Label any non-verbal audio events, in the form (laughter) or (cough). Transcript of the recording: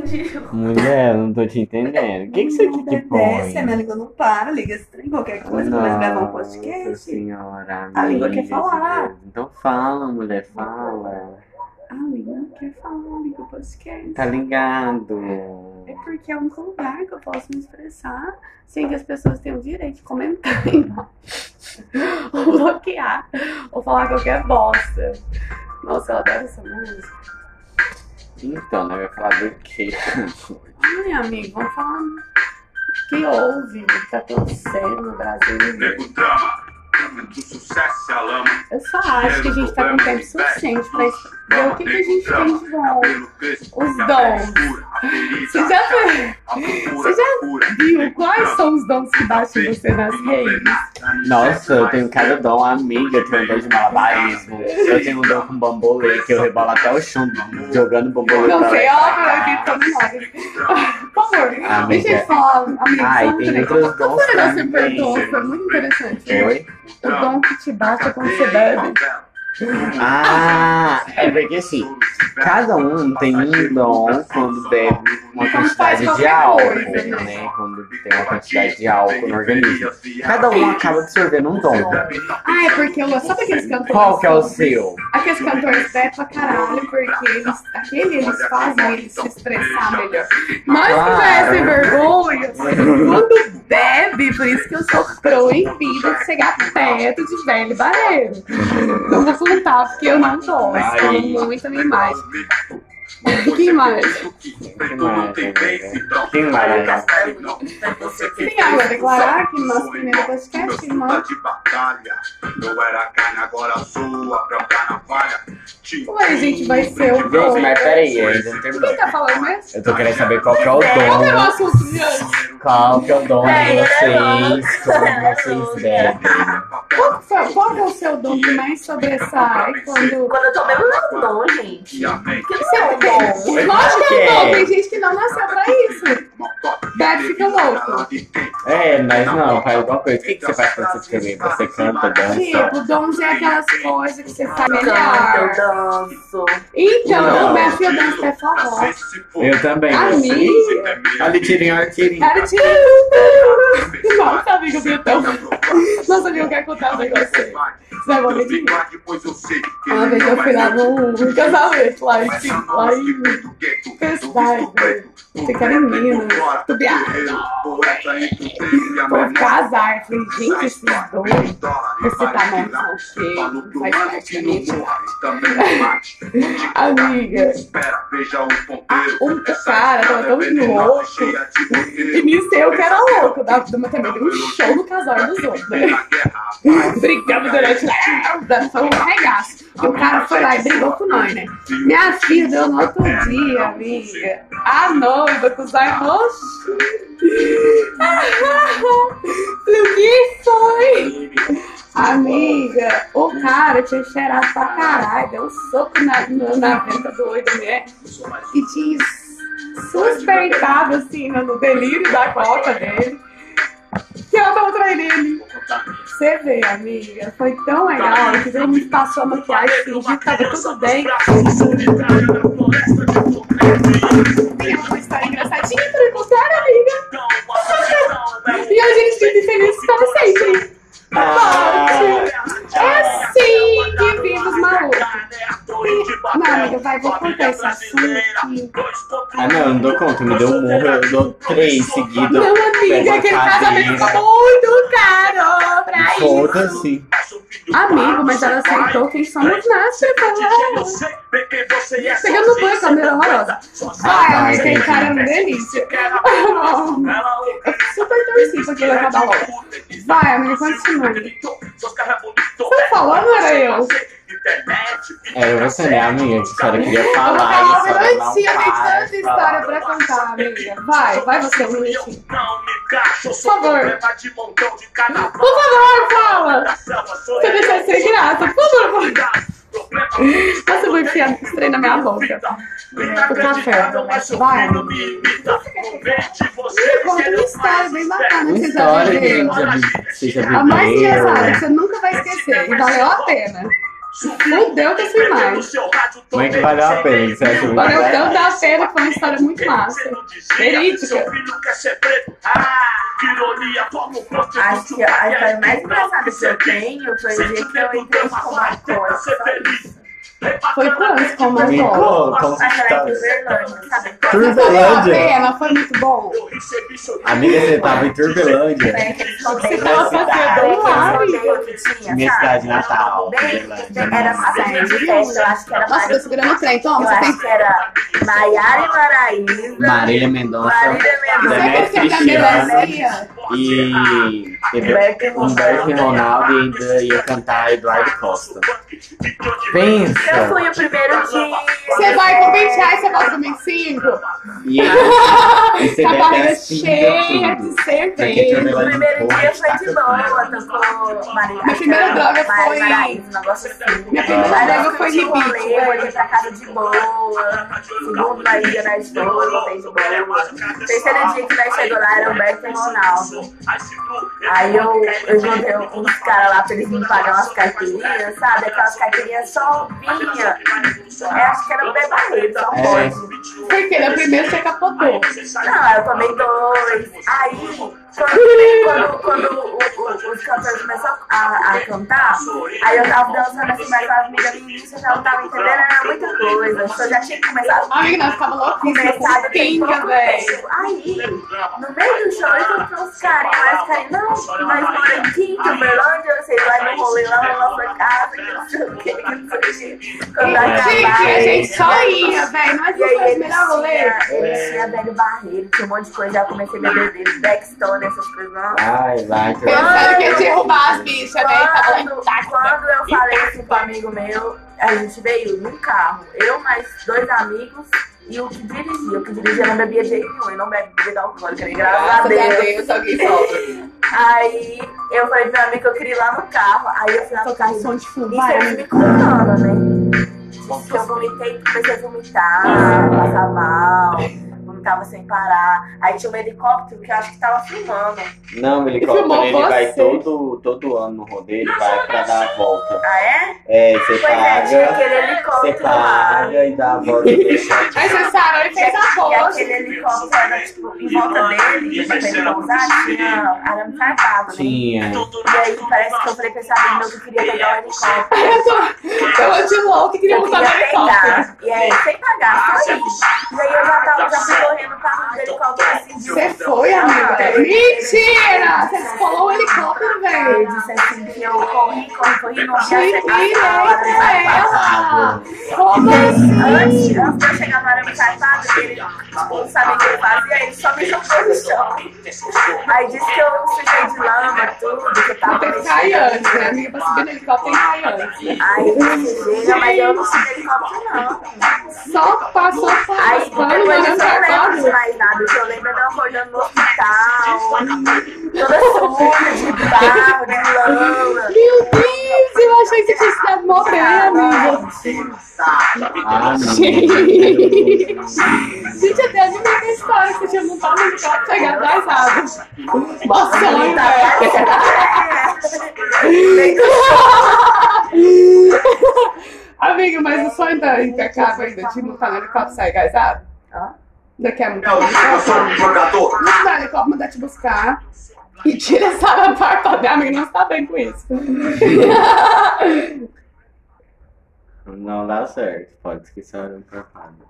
Bandido. Mulher, não tô te entendendo. O que, que você Não né? aqui que põe? obedece, a minha língua não para, liga esse trem, qualquer coisa, começa a gravar um Nossa assim. podcast. senhora, A língua quer amiga de falar. Deus. Então fala, mulher, fala. A língua Ah, não quer falar, liga o podcast. Tá ligado? É porque é um lugar que eu posso me expressar sem que as pessoas tenham o direito de comentar (laughs) embaixo. ou bloquear, ou falar qualquer bosta. Nossa, eu adoro essa música. Então, né? Vai falar do (laughs) quê? Ai, amigo, vamos falar o que houve, o que tá acontecendo no Brasil. Nego Drama, clube do sucesso e a lama, Eu só acho que a gente tá com é, tempo suficiente pra ver o que, que a gente fez de bom. cabelo crespo, Os café dons. escuro, a ferida, Você já foi- a procura Você da cura. viu quais são os dons que baixam em você nas redes? Nossa, eu tenho cada dom, amiga. Eu tenho um dom de malabarismo. Eu tenho um dom com bambolê, que eu rebolo até o chão, jogando bambolê Não pra sei, lá. ó, meu Deus, tô nove. Por favor, Então, Amiga. deixa eu falar, amigo, só Ai, um tem trem. outros dons Qual pra era essa mim. pergunta? Foi muito interessante. Oi? O dom que te Então, bate é quando você bebe. Ah, é porque assim, Cada um tem um dom quando bebe Então uma quantidade de álcool, né? Quando tem uma quantidade de álcool no organismo. Cada um acaba absorvendo um dom. Ah, é porque eu sabe aqueles cantores? Qual que é o seu? Aqueles cantores bebem pra caralho, porque eles, aquele eles fazem eles se expressar melhor. Nós que já é sem vergonha, quando bebe, por isso que eu sou proibida de chegar perto de velho barreiro. Não vou contar, porque eu não gosto, Ai. é muito a minha imagem. Que imagem? então. Que imagem? Tem algo a declarar que no nosso primeiro podcast, irmão? então. tá de batalha. Eu era carne, agora sou a própria navalha. Te Ué, gente, vai ser o Gente, mas peraí, eu eu ainda não ainda Quem terminei. tá falando mesmo? Eu tô querendo saber qual que é o Qual que era o dom. assunto de hoje? Qual que é o dom de né, vocês? Como vocês bebem. Qual, que foi- qual que é o seu dom que mais sobressai quando... Quando eu tô bebendo, não é um dom, gente. Diamante, Porque não é um dom. Lógico que é um dom, Ok. tem gente que não nasceu pra É isso. uma copa de Deve ficar bebida, louco. ela de tempo. É, mas não, faz alguma coisa. O que, que você faz quando você fica bem? Você canta, dança? Tipo, dons é aquelas coisas que você faz Eu canto, eu melhor. danço. Então, Não. o meu filho dança é forró. Eu também. Amiga. Olha, tirinho, olha, tirinho. Cara, tira... Nossa, amigo, tá eu vi tão... Nossa, amigo, eu quero contar um negócio. pra você. Você vai morrer de mim. Uma vez Ah, eu fui lá no no casamento, lá em lá em- felicidade, velho. né? Você quer em Minas, Tubiá. Pra um casar. Eu falei, gente, esses dois. Você tá mal, ok? Faz parte da minha vida. Amiga, um cara tava tão louco. E nisso eu que era louco. Da, da minha também deu um show no casório dos outros, né? (laughs) Brigamos durante a Foi um regaço. E o cara foi lá e brigou com nós, né? Minha filha deu no outro dia, amiga. A noiva com os irmãos. (laughs) Falei, o que foi? Amiga, o cara tinha cheirado pra caralho, deu um soco na, na, na venta do olho da mulher e tinha suspeitado, assim, no, no delírio da copa dele, que ela tava traindo ele. Você vê, amiga, foi tão legal que todo mundo passou a maquiagem, fingiu que tava assim, tá tudo bem. E é uma história engraçadinha pra contar, amiga. E a gente vive feliz para sempre. Ah, Forte. É assim que vive os malucos. Não, amiga, vai, vou contar esse assunto. um. Ah, não, eu não dou conta. Me deu um murro, eu dou três seguidos. Não, Pego amiga, a aquele casamento cadeira. ficou muito caro pra É isso. Foda-se. Amigo, mas ela aceitou quem somos nós, tá você falou. "Ah, Pegando no banho, câmera horrorosa. Ah, mas aquele cara era uma delícia. (laughs) Eu super torci pra aquilo acabar logo. Vai, amiga, continua. é Você falou, não era eu? Era você, né, amiga? Que a senhora queria Eu vou falar. e a acabar senhora não minutinho, tem para tanta de falar. história pra contar, amiga. Vai, vai você, um minutinho. Por favor. Por favor. favor, fala! Você é um deixou de ser graça, por favor. (laughs) Nossa, eu vou enfiar esse trem na minha boca. O café, vai. Ih, conta uma história bem bacana Uma que você já história que a viveu. gente já né? vi- você já A mais é viveu. engraçada, que você nunca vai esquecer. E valeu a pena. Fudeu com essa imagem. Como é que valeu a pena? Você acha muito Valeu legal? tanto a pena, foi uma história muito massa. Verídica. Seu filho quer ser preto. Ah, que ironia, como Acho que prostituta a história quer mais tudo, não engraçada quer que eu ser quem? tenho foi o Sente dia o que eu dedo entrei da com é uma mamãe, tenta ser feliz. Foi quanto tipo, com uma Me boa? conta, assim, como Mas que era em tá? Uberlândia, sabe? Valeu a Turbilândia? pena, foi muito bom. Eu recebi seu Amiga, você tava em Turbilândia? Né, aquele Você rodeio. tava passeando lá, Aquele rodeio amiga. que tinha, tá, Minha sabe? cidade natal, Bem, Uberlândia. Era uma série de festa, eu acho que era Nossa, tô Marília. segurando o trem. Toma, você Eu tem acho que um era Maiara e Maraíza, Marília Mendonça Marília Demetri Mendonça, Você é né? conhece a Cristiano. melancia? e um Humberto e Humberto e Ronaldo. Ronaldo e ainda ia cantar Ah, Eduardo Costa. Eu Pensa! fui o primeiro É. de. Você vai com 20 reais, você volta com 25. E, e você Com a bebe barriga assim cheia de tudo. de Porque cerveja. O Turbilândia primeiro dia foi de boa, Turbilândia. tocou Maria. Minha primeira droga foi- Maraíza, um negócio assim. Minha primeira Aí droga eu foi curti o rebite, rolê, velho. voltei pra casa de boa. Segundo aí, ia na escola, voltei de boa. Terceiro dia que nós chegou lá era Humberto e Ronaldo. Aí eu, eu joguei uns caras lá pra eles me pagar umas carteirinhas, sabe? Aquelas carteirinhas só vinha. Eu acho que era o Bê Barreto, só É. pode. Porque na primeira você capotou. Não, eu tomei dois. Aí, quando, quando, quando o- o- os cantores começaram a, a cantar, aí eu tava dançando assim, mas a amiga minha, isso eu já não tava entendendo, era muita coisa. Acho que Eu já tinha começado Amiga, nós ficava louquíssima começado com a ter né? pinga, pouco velho. tempo. Aí, no meio do show, eu tô com os caras, mas os caras, não, nós moramos aqui em Uberlândia, sei lá, no rolê né? lá na nossa casa, que não sei o que, que não sei o que. Quando Gente, a acabaram, gente só ia, velho. é assim Nós e aí íamos ele melhor rolê. tinha, ele tinha velho barreiro, tinha um monte de coisa, já comecei a beber dele, Dextone, essas coisas. não. Ai, vai, Pensaram que ia derrubar as bichas, né? velho. Tava lá Quando, intacta. quando eu falei assim pro amigo meu, a gente veio num carro, eu mais dois amigos e o que dirigia. O que dirigia não bebia de jeito nenhum, ele não bebe bebida alcoólica, né? graças a Graças a Deus. Deus, alguém solta. Aí eu falei pro meu amigo que eu queria ir lá no carro, aí eu fui lá no Tocar carro um som de fundo, é isso é eles vai. me contando, né? Diz que eu vomitei, comecei a vomitar, passar mal, vomitava sem parar. Aí tinha um helicóptero que eu acho que tava filmando. Não, o filmou helicóptero ele vai você. todo, todo ano no rodeio, ele vai pra dar a volta. Ah, é? É, você Pois é, tinha paga, aquele você helicóptero lá. paga e dá a volta (laughs) e deixa. Aí você sarou e E fez a aquele- e voz. aquele helicóptero era, tipo, em volta dele, pra ele pousar, tinha arame farpado, né? Tinha. Então, E aí parece que eu falei pra esse amigo meu que eu queria pegar o helicóptero. Aí eu tô, (laughs) eu vou de louco e queria Eu montar no queria (laughs) helicóptero. pegar, e aí, sem pagar, só isso. E aí eu já tava, já fui correndo pra rua do helicóptero assim, de Você foi, amiga? Mentira! Você colou o helicóptero, Ele velho. disse assim que eu corri, corri, corri, não vi Gente, é ela! Como é Antes, antes de assim? eu chegar no arame farpado, ele tipo, não sabia o que ele fazia, ele só me jogou no chão. Aí disse que eu sujei de lama, tudo, que eu Não tava tem que cair antes, né? Amiga, pra subir no helicóptero tem que cair antes. Aí ele disse, "Não, mas eu não subi helicóptero, não. Só passou Aí passando no depois eu não lembro de helicóptero. mais nada, o que eu lembro é de eu acordando no hospital, toda suja, de barro, de lama. Meu Deus, eu achei que tinha estado morrendo, amiga. Ah, Gente, (laughs) gente, até adivinha a história que você tinha montado no helicóptero e chegado das águas. Mó sonho, (laughs) velho. Amiga, mas o sonho da impecável ainda de montar no helicóptero e sair gazado? Hã? Ainda quer montar no Eu sou um helicóptero? jogador. Não dá helicóptero, mandar te buscar. E tira essa lavar pra ver, amiga, não está bem com isso. um Não dá certo, pode esquecer o arame farpado.